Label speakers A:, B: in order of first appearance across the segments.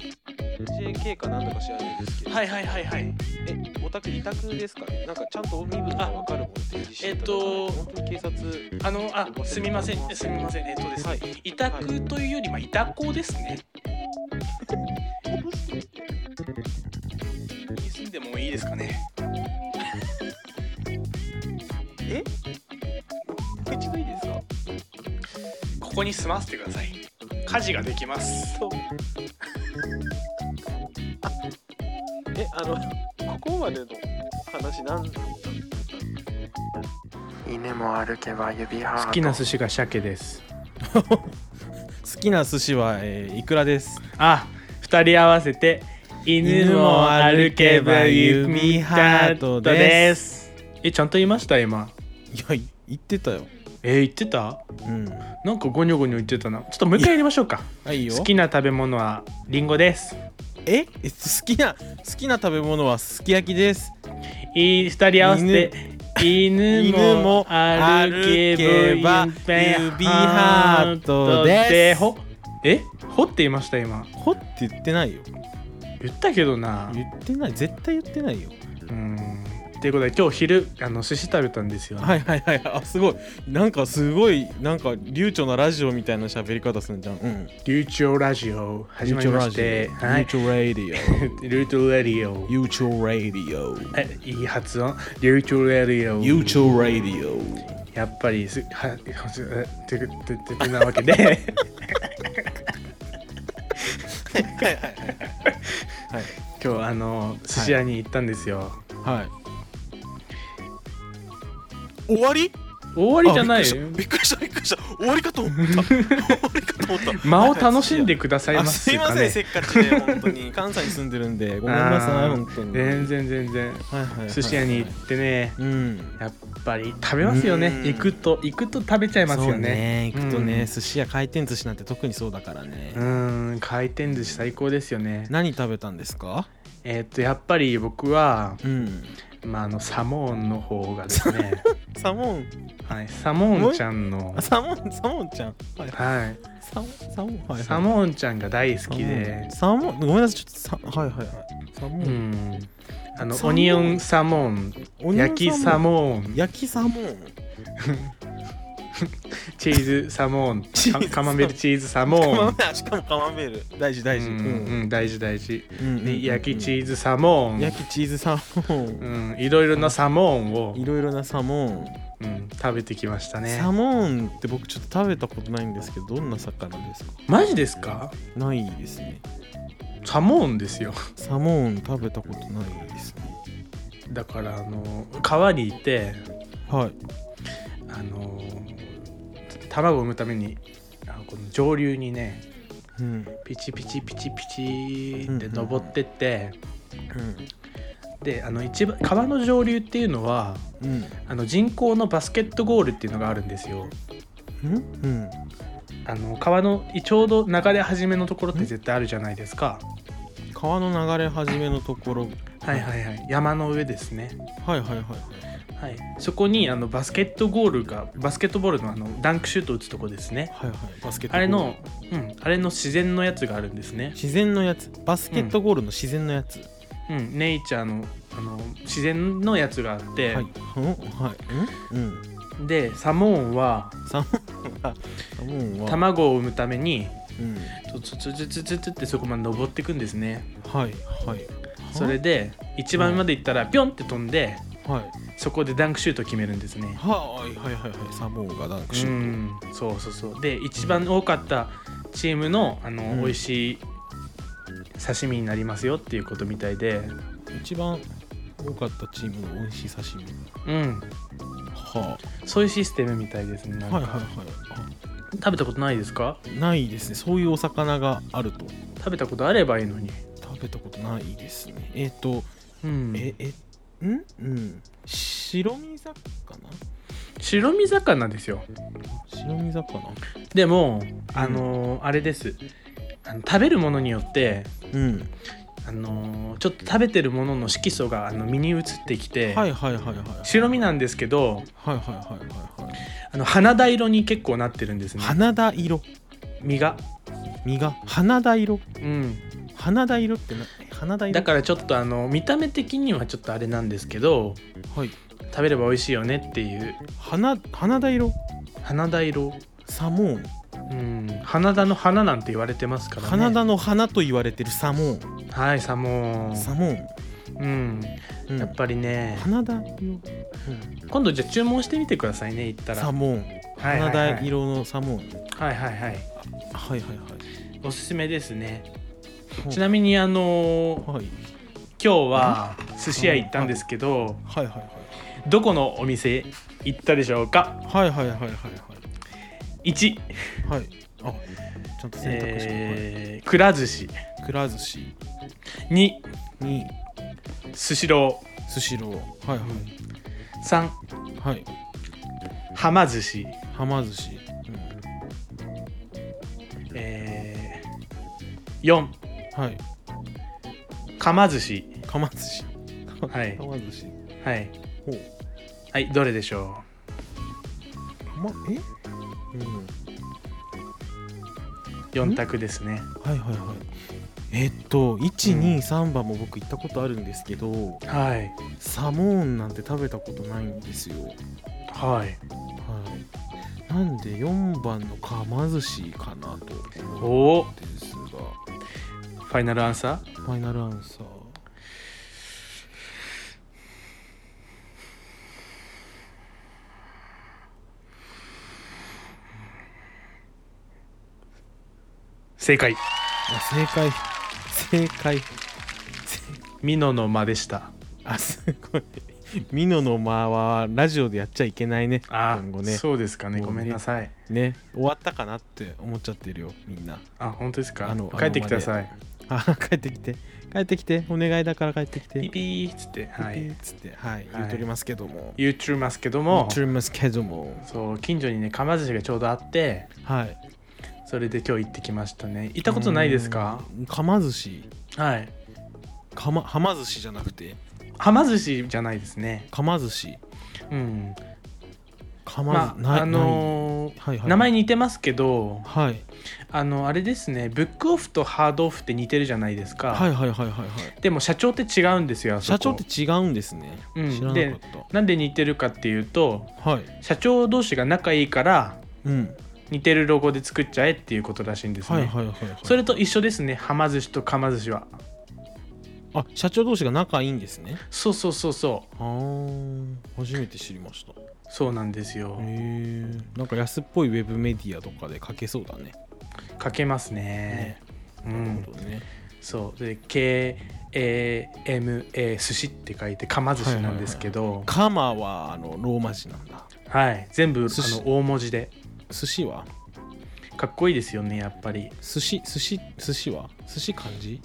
A: JK かなんとか知らないですけど、
B: はいはいはいはい
A: えお宅委託ですかねなんかちゃんと身分が分かるもの提示していただかない
B: えっと
A: 本当に警察
B: あのあすみませんすみませんえっとですね、
A: はい
B: 委託というよりまあ委託校ですね住んでもいいですかね
A: え口がいいですか
B: ここに住ませてください家事ができます
A: そうあ えあのここまでの話なんだ
C: 犬も歩けば指ハート
D: 好きな寿司が鮭です
E: 好きな寿司は、えー、いくらです
D: あ二人合わせて犬も歩けば弓ハートですえちゃんと言いました今
E: いやい言ってたよ
D: えー言ってた
E: うん
D: なんかゴニョゴニョ言ってたなちょっともう一回やりましょうか
E: はいよ
D: 好きな食べ物はリンゴです
E: ええ好きな好きな食べ物はすき焼きです
D: い二人合わせて犬
E: 犬
D: も
E: も
D: 歩
E: 歩
D: け
E: けば
D: ば指
E: 指
D: ハ
E: ハ
D: ー
E: ー
D: ト
E: ト
D: で
E: です
D: ほえほって言いました今
E: ほって言ってないよ
D: 言ったけどな
E: 言ってない絶対言ってないよ
D: うんっていうことで今日昼あの寿司食べたんですよ、ね
E: はいはいはいあすごいなんかすごいなんか流暢なラジオみたいな喋り方するんじゃんうん
D: 流暢ラジオ始まりまして
E: 流暢
D: はい
E: ラジオ流暢ラディ
D: 流暢ラジオ
E: オ流暢ラディ
D: えいい発音流暢ラジオ
E: オ流暢ラディオ
D: やっぱりすはてててててなわ けで今日あの寿司屋に行ったんですよ、
E: はい終わり
D: 終わりじゃない
E: あびっくりしたびっくりしたびっくりした終わりかと思った 終わりかと思った
D: 間を楽しんでくださいま
E: あ
D: す
E: す
D: か、
E: い
D: ね、
E: ませんせっかちで本当に関西に住んでるんでごめんなさい
D: あー
E: 本当に
D: 全然全然
E: はいはいはい
D: 寿司屋に行ってね
E: うん
D: やっぱり食べますよね
E: うん
D: 行くと行くと食べちゃいますよ
E: そうね行くとね、
D: うん
E: 寿司屋回転寿司なんて特にそうだからね、
D: うーん回転寿司最高ですよね
E: 何食べたんですか
D: えーっとやっぱり僕は、
E: うん
D: まあ、あのサモーンの方がです ね、
E: サモン
D: はい、サモーンちゃんの
E: あ、サモンサモンちゃんはい
D: は
E: サモンサモンはいはい
D: い、サモーンちゃんが大好
E: サモン
D: きで
E: サモンごめんなさいちょっとサはいはいはいサモ
D: う
E: ン、
D: んあの
E: サモーン
D: オニオンサモー
E: オ
D: ン
E: ニオン
D: 焼きサモーン
E: 焼きサモン
D: チーズサモ
E: チーズサモ
D: ーン
E: ン
D: かカマンベールチーズサモーン
E: ーンしかもカマンベール大事大事
D: うんうん大事大事
E: うん
D: で焼きチーズサモーン
E: 焼きチーズサモ
D: う
E: ン
D: んいろいろなサモーンを
E: い、ろいろなサモン、
D: うん、食べてきましたね
E: サモンって僕ちょっと食べたことないんですけどどんな魚ですか
D: マジですか
E: ないですね
D: サモーンですよ
E: サモン食べたことないですね
D: だからあの川にいて
E: はい
D: あの卵を産むためにあのこの上流にね
E: うん
D: ピチピチピチピチって登ってって、であの一番川の上流っていうのは
E: うん
D: あの人工のバスケットゴールっていうのがあるんですよ
E: うんうん
D: あの川のちょうど流れ始めのところって絶対あるじゃないですか
E: 川の流れ始めのところ
D: はいはいはい山の上ですね
E: はいはいはいはい
D: はい、そこにあのバスケットゴールがバスケットボールのあのダンクシュート打つとこですね
E: はいはいバスケット
D: あれの、うん、あれの自然のやつがあるんですね、
E: 自然のやつバスケットゴールの自然のやつ、
D: うん、ネイチャーのあの自然のやつがあって、
E: はいうんはいうんうん
D: でサモーンは
E: サモンはサモンは
D: 卵を産むために
E: うん
D: ツツツツツツってそこまで登っていくんですね
E: はいはい
D: それで一番まで行ったらピョンって飛んで
E: はい
D: そこでダンクシュート決めるんですね
E: はいはいはいはいサモンがダンクシ
D: う
E: ュー
D: んそうそうそうで一番多かったチームのあの、
E: ん
D: 美味しい刺身になりますよっていうことみたいで
E: ト、一番多かったチームの美味しい刺身
D: うん
E: は
D: そういうシステムみたいですねな
E: あ
D: んか、
E: はいはいはい
D: 食べたことないですか
E: あないですねそういうお魚があると
D: 食べたことあればいいのに
E: 食べたことないですねえっ、と
D: うん
E: ええんうん白身魚
D: 白身魚ですよ
E: 白身魚
D: でもあのーあれですあの食べるものによって
E: うん
D: あのーちょっと食べてるものの色素があの身に移ってきて、
E: はいはいはいはいはい
D: 白身なんですけど
E: はいはいはいはいはい
D: あの花田色に結構なってるんですね
E: 花田色
D: 身が
E: 身が花田色
D: うん
E: 花田色ってな花田色
D: だからちょっとあの見た目的にはちょっとあれなんですけど
E: はい
D: 食べれば美味しいよねっていう
E: 花花田色
D: 花田色
E: サモン
D: うん花田の花なんて言われてますからね
E: 花田の花と言われてるサモン
D: はいサモン
E: サモン、
D: うん
E: うん、
D: やっぱりね
E: 花田色、うん、
D: 今度じゃあ注文してみてくださいね行ったら
E: サモン
D: はい
E: 花
D: はいはい
E: 田色のサモン、
D: はいはいはい
E: はいはい
D: おすすめですね
E: はい
D: ちなみにあのー
E: はい
D: 今日は寿司屋行ったんですけど
E: はいはい
D: どこのお店行ったでしょうか
E: はいはいはいはいはい
D: 1、
E: はいはいあちゃんと選択肢
D: えー、くら寿司
E: はいくら寿司
D: 2
E: に
D: スシロ
E: スシローはいは
D: ー3
E: いはい
D: はま寿司
E: はま寿司、
D: えー、4
E: うん、はい
D: かま寿司
E: かま寿司
D: はい
E: かま寿司
D: はい
E: ほう
D: はいどれでしょ
E: かまえうん
D: う4択ですね
E: はいはいはいえっと123番も僕行ったことあるんですけど
D: はい
E: サモーンなんて食べたことないんですよは
D: はい
E: いなんで4番のかま寿司かなと
D: お
E: 思
D: お
E: うんですが
D: ファイナルアンサー
E: ファイナルアンサー
D: 正解
E: あ正解正解
D: ミノの間でした
E: あすごいミノの間はラジオでやっちゃいけないね
D: あ
E: 今後ね
D: そうですかね
E: も
D: ご
E: うね
D: めんなさい、
E: ね終わったかなって思っちゃってるよみんな
D: あ本当ですか
E: あの
D: 帰ってきてください
E: あ帰ってきて帰ってきてお願いだから帰ってきて
D: ピーピーっつっては
E: ピ
D: い
E: ーっつって、はい、言うとりますけども。
D: 言っちゅうますけど
E: 言
D: も
E: うとりますけども。
D: そう近所にねかま寿司がちょうどあって
E: はい。
D: それで今日行ってきましたね行っ
E: 行
D: たことないですか
E: かま寿司。
D: はい
E: かま、はま寿司じゃなくて、
D: はま寿司じゃないですね
E: かま寿司。
D: うん
E: か
D: ま
E: ま寿司。
D: ああのー
E: はいはい
D: 名前似てますけど
E: はい。
D: あのあれですねブックオフとハードオフって似てるじゃないですか、
E: はいはいはいはいはい。
D: でも社長って違うんですよあそこ
E: 社長って違うんですね。
D: うん
E: 知らなかっ
D: なんで似てるかっていうと
E: た。はい。
D: 社長同士が仲いいから
E: うん。
D: 似てるロゴで作っちゃえっていうことらしいんですね、
E: はいはいはいはい。
D: それと一緒ですねはま寿司とかま寿司は
E: あ、社長同士が仲いいんですね。
D: そうそうそうそう
E: あー初めて知りました。
D: そうなんですよ、
E: へえ。なんか安っぽいウェブメディアとかで書けそうだね。
D: かけますねう
E: なる
D: ん
E: ほどね。
D: そうで KAMA 寿司って書いてかま寿司なんですけど
E: カマはあのローマ字なんだ。
D: はい全部あ
E: 寿司
D: の大文字で
E: 寿司は
D: かっこいいですよねやっぱり
E: 寿司寿司寿司は寿司漢字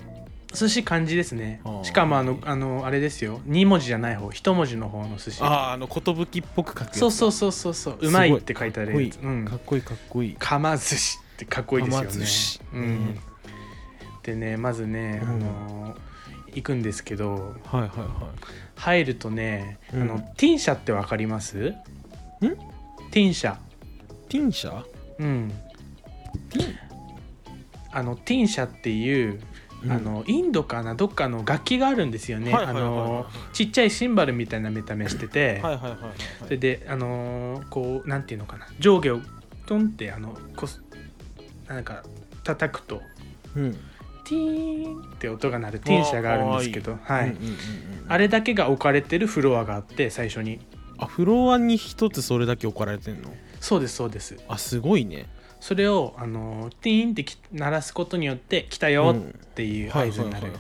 D: 寿司漢字ですね
E: あー
D: しかもあのあのあれですよ2文字じゃない方1文字の方の寿司
E: あああの寿っぽく書くやつ
D: そうそうそうそうそううまいって書いてあ
E: かっこい
D: るや
E: い
D: つうん
E: かっこいいかっこいい
D: かま寿司ってかっこいいですよね
E: かま寿司
D: うん、でねまずね、
E: うん
D: あの行くんですけど
E: はいはいはい
D: 入るとね、
E: うん
D: あのティン社ってわかりますんティン社
E: ティン社
D: うんあのティン社っていう、
E: うん
D: あのインドかなどっかの楽器があるんですよね、
E: はいはいはいはい
D: あのちっちゃいシンバルみたいな見た目してて、
E: はいはいはい
D: そ
E: は
D: れ
E: い
D: であのーこうなんていうのかな上下をトンってあのこすなんか叩くと
E: うん
D: ティーンって音が鳴るティン社があるんですけどはい、
E: うんうんうんうん
D: あれだけが置かれてるフロアがあって最初に
E: あフロアに一つそれだけ置かれてんの
D: そうですそうです
E: あすごいね
D: それをあのーティーンってき鳴らすことによって来たよっていう
E: は
D: 合
E: い
D: 図
E: はい
D: に
E: はい
D: な
E: はい
D: る、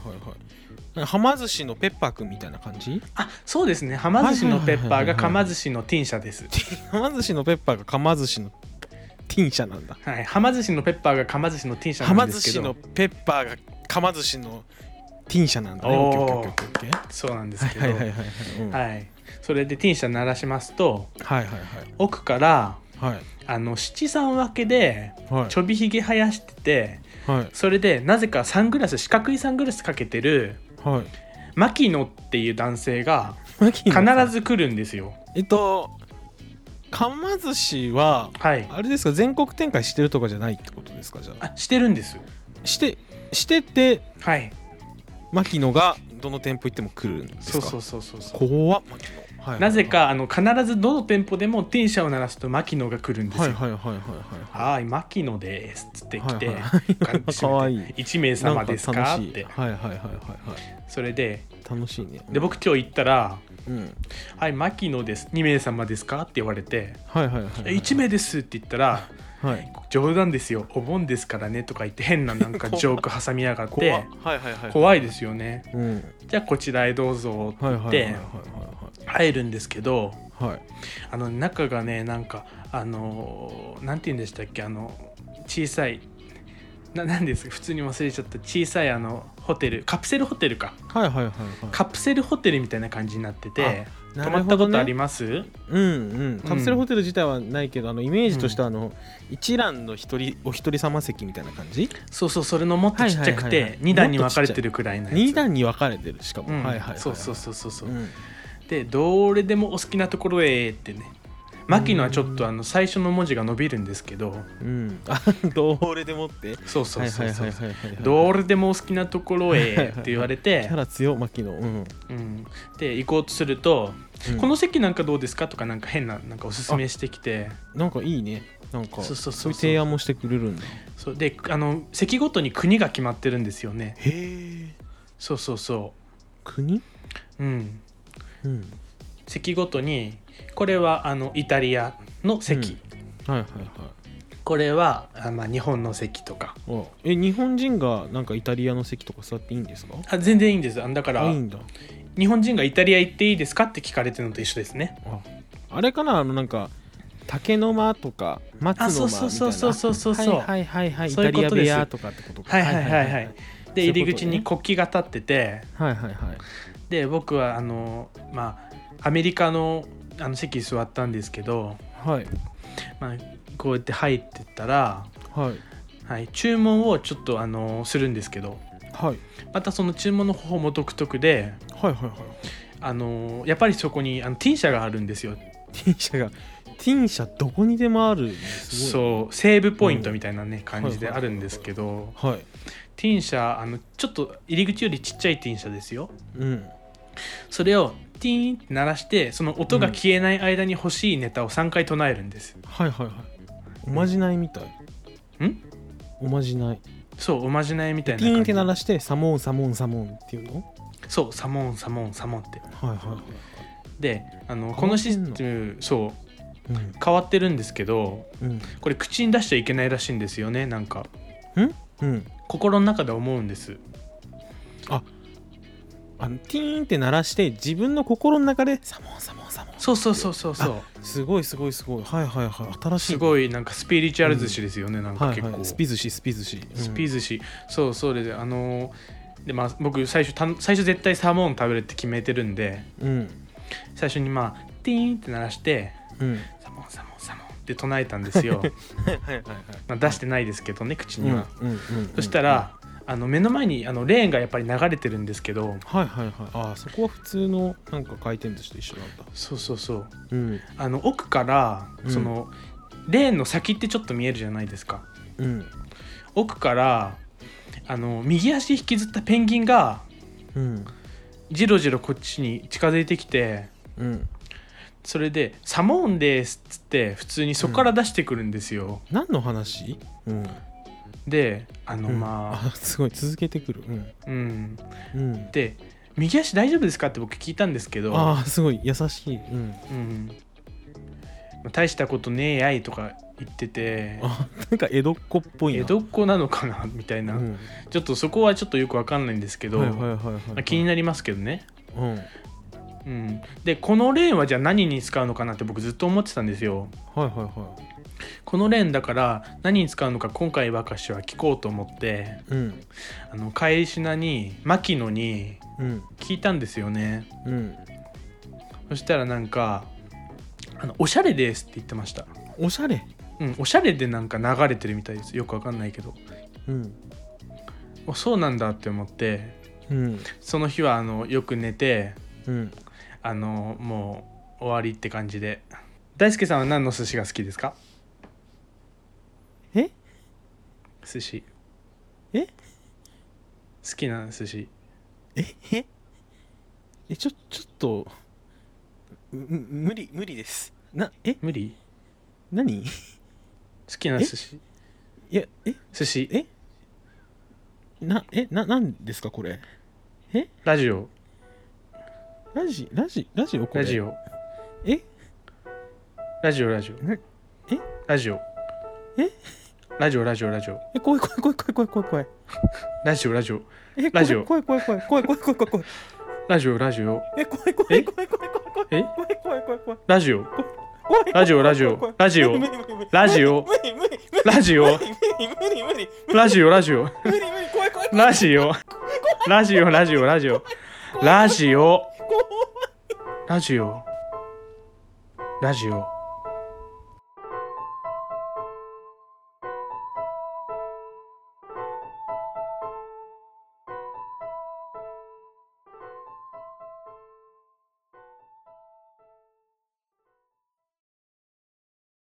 E: はいはま寿司のペッパーくんみたいな感じ
D: あそうですねはま寿司のペッ
E: はいはい
D: パー
E: はいは
D: が
E: い
D: かま寿司のティン社です
E: はま寿司のペッパーがかま寿司のティン社なんだ
D: はいはま寿司のペッパーがかま寿司のティン社
E: は
D: な
E: ま
D: んで
E: 寿
D: すけ
E: 司
D: ど
E: のペッパーがかま寿司のティン社なんだね
D: おー
E: オッケーオッケーオッケーオッケー
D: そうなんですけど
E: はいはいはいはいうんはい
D: はいそれでティン社鳴らしますと
E: はいはい
D: 奥から
E: はい
D: あの七三分けで
E: はい
D: ちょびひげ生やしてて
E: はい
D: それでなぜかサングラス四角いサングラスかけてる
E: はい
D: 牧野っていう男性が
E: 必
D: 必ず来るんですよ
E: えっとかま寿司は
D: はい
E: あれですか全国展開してるとかじゃないってことですかじゃあ
D: あしてるんです
E: してしてて
D: はい
E: 牧野がどの店舗行っても来るんです
D: そ
E: か
D: うそううそうそうそう
E: 怖っ牧野、はいはいはい
D: なぜかあの必ずどの店舗でも店舎を鳴らすと牧野が来るんです
E: は
D: よ、
E: いはいはいはい
D: はい、牧野ですっつってきて、
E: はいはい
D: ガッて閉めて
E: かわいい
D: 1名
E: はい
D: 様です
E: なん
D: か
E: 楽
D: っ
E: しい
D: て
E: はいはいはいはいはい
D: それで
E: 楽しいね
D: で僕今日行ったら
E: うん
D: 「はい牧野です2名様ですか?」って言われて
E: はいはいはい
D: 「
E: は
D: え
E: い
D: 1名です」って言ったら
E: はい
D: 「冗談ですよお盆ですからね」とか言って変 ななんかジョーク挟みやがっ
E: 怖
D: て
E: っはいはいはい
D: 怖いですよね
E: うん
D: じゃあこちらへどうぞって
E: はいはい
D: 言っ
E: はいはい
D: て入るんですけど
E: はいはい
D: あの中がねなんかあのーなんて言うんでしたっけあの小さいななんですか普通に忘れちゃった小さいあのホテルカプセルホテルか
E: はいはいはいはい
D: カプセルホテルみたいな感じになってて、
E: あ
D: 泊
E: な
D: ま
E: るほど
D: っ
E: ね
D: たことあります
E: うんうんカプセルホテル自体はないけど、あのイメージとしてはあの、一覧の一人お一人様席みたいな感じ
D: そうそうそれのもっとちっちゃく
E: はいはいはいは
D: て
E: い
D: 2段に分かれてるくらいのやつ
E: 二段に分かれてるしかも、
D: うん
E: はいはいはいはい
D: そうそうそうそうそう
E: うん
D: でどれでもお好きなところへってね牧野はちょっとあの最初の文字が伸びるんですけど
E: うんあどれでもって
D: そうそうそうそう
E: はいはいはいはいはい
D: どれでもお好きなところへって言われ
E: キ
D: て
E: ャラ強牧野うん、
D: うん、で行こうとすると、
E: うん
D: この席なんかどうですかとかなんか変ななんかおすすめしてきて
E: なんかいいねなんか
D: そうそうそうそう
E: いう提案もしてくれるんだ
D: そうであの席ごとに国が決まってるんですよね
E: へえ
D: そうそうそ
E: 国
D: ううん
E: うん
D: 席ごとにこれはあのイタリアの席、
E: はいはいはい
D: これはあ、まあ、日本の席とか
E: あえ日本人がなんかイタリアの席とか座っていいんですか
D: あ全然いいんですあだから
E: あいいんだ
D: 日本人がイタリア行っていいですかって聞かれてるのと一緒ですね
E: ああれかなあのなんか竹の間とか松の間みたいな
D: あそうそうそうそうそうそう
E: はいはいはいはいイ
D: そうい
E: タ
D: うこ
E: リア
D: と
E: 部
D: です
E: 屋とかってことか
D: はいはいはいは
E: そういう
D: いで
E: ことね
D: 入り口に国旗が立ってて
E: はいはいはい
D: で僕はあのまあアメリカのあの席座ったんですけど
E: はい
D: まあ、こうやって入ってったら、
E: はい
D: はい、注文をちょっとあのするんですけど
E: はい
D: またその注文の方法も独特で
E: はいはいはい
D: あのやっぱりそこにあの T 社があるんですよ
E: T 社が T 社どこにでもあるう
D: そうセーブポイントみたいなね、感じで
E: はいは
D: あ
E: いはい
D: るんですけど、
E: はい
D: T 社あのちょっと入り口よりちっちゃい T 社ですよ
E: うん
D: それをティーンって鳴らしてその音が消えない間に欲しいネタを3回唱えるんです、
E: はいはいはいおまじないみたい
D: ん
E: おまじない
D: そうおまじないみたいな
E: ピーン
D: 感
E: って
D: じ
E: 鳴らしてサモンサモンサモンっていうの
D: そうサモンサモンサモンって
E: はいはいは
D: であのこのシステムそう
E: い
D: 変わってるんですけど
E: うんうん
D: これ口に出しちゃいけないらしいんですよねなんか
E: うん
D: 心の中で思うんです
E: あのティーンって鳴らして自分の心の中でサモンサモンサモン
D: そうそうそうそうそう
E: すごいすごいすごいはいはいはい新しい
D: すごいなんかスピリチュアル寿司ですよね、なんか
E: はい
D: 結構、
E: はいス
D: ス
E: ピ
D: ピ
E: 寿司スピ寿司
D: 寿司、そうそうであのーでまあ僕最初た最初絶対サーモン食べるって決めてるんで
E: うん
D: 最初にまあティーンって鳴らして
E: うん
D: サモンサモンサモンって唱えたんで すよ
E: はいはいはい
D: まあ出してないですけどね口
E: うん
D: には、
E: うんうん
D: そしたら、あの目の前にあのレーンがやっぱり流れてるんですけど
E: はいはいはいあーそこは普通のなんか回転寿司と一緒なんだ
D: そうそうそう
E: うん
D: あの奥から
E: うん
D: その、レーンの先ってちょっと見えるじゃないですか
E: うん
D: 奥からあの右足引きずったペンギンが
E: うん
D: じろじろこっちに近づいてきて
E: うん
D: それで「サモーンです」っつって普通にそこから出してくるんですよ、
E: 何の話うん
D: であの
E: うん
D: まあ
E: あ すごい続けてくるうん
D: うん、
E: うん
D: で「右足大丈夫ですか?」って僕聞いたんですけど
E: ああすごい優しいうん
D: うんまあ大したことねえやいとか言ってて
E: あなんか江戸っ子っぽいな
D: 江戸っ子なのかなみたいな、
E: うん
D: ちょっとそこはちょっとよくわかんないんですけど、
E: はいはいはいはい
D: まあ、気になりますけどね、
E: うんはい
D: うん、でこのレーンはじゃあ何に使うのかなって僕ずっと思ってたんですよ
E: はいは
D: このレーンだから何に使うのか今回ばかしは聞こうと思って
E: いうん
D: あの返しなに牧野に
E: うん
D: 聞いたんですよね
E: うん
D: そしたらなんか「あのおしゃれです」って言ってました
E: おしゃれ
D: うんおしゃれでなんか流れてるみたいですよくわかんないけど
E: うん
D: あそうなんだって思って
E: うん
D: その日はあのよく寝て
E: うん
D: あのもう終わりって感じで大輔さんは何の寿司が好きですか
E: え
D: 寿司
E: え
D: 好きな寿司
E: えええちょちょっとむむ無理無理ですなえ
D: 無理
E: 何い
D: 好きな寿司
E: やえ
D: 寿司
E: えなえななんですかこれ
D: ラジオ
E: ラジラジラジオこれ
D: ラジオ
E: え
D: ラジオラジオ
E: ええ
D: ラジオ
E: え
D: ラジオラジオラジオ
E: え怖い怖い怖い怖い怖い怖い
D: ラジオラジオ
E: え
D: ラジオ
E: 怖い怖い怖い怖い怖い怖い怖い怖い
D: ラジオラジオ
E: え怖い怖い怖い怖い怖い怖い
D: え
E: 怖い怖い怖い怖い
D: ラジオ
E: 怖い
D: ラジオラジオ
E: 怖い
D: ラジオ
E: 無理無理無理
D: ラジオ
E: 無理無理
D: ラジオ
E: 無理無理無理無理
D: ラジオラジオ
E: 無理無理怖い怖い
D: ラジオラジオラジオラジオラジオ
E: 怖い
D: ラジオラジオ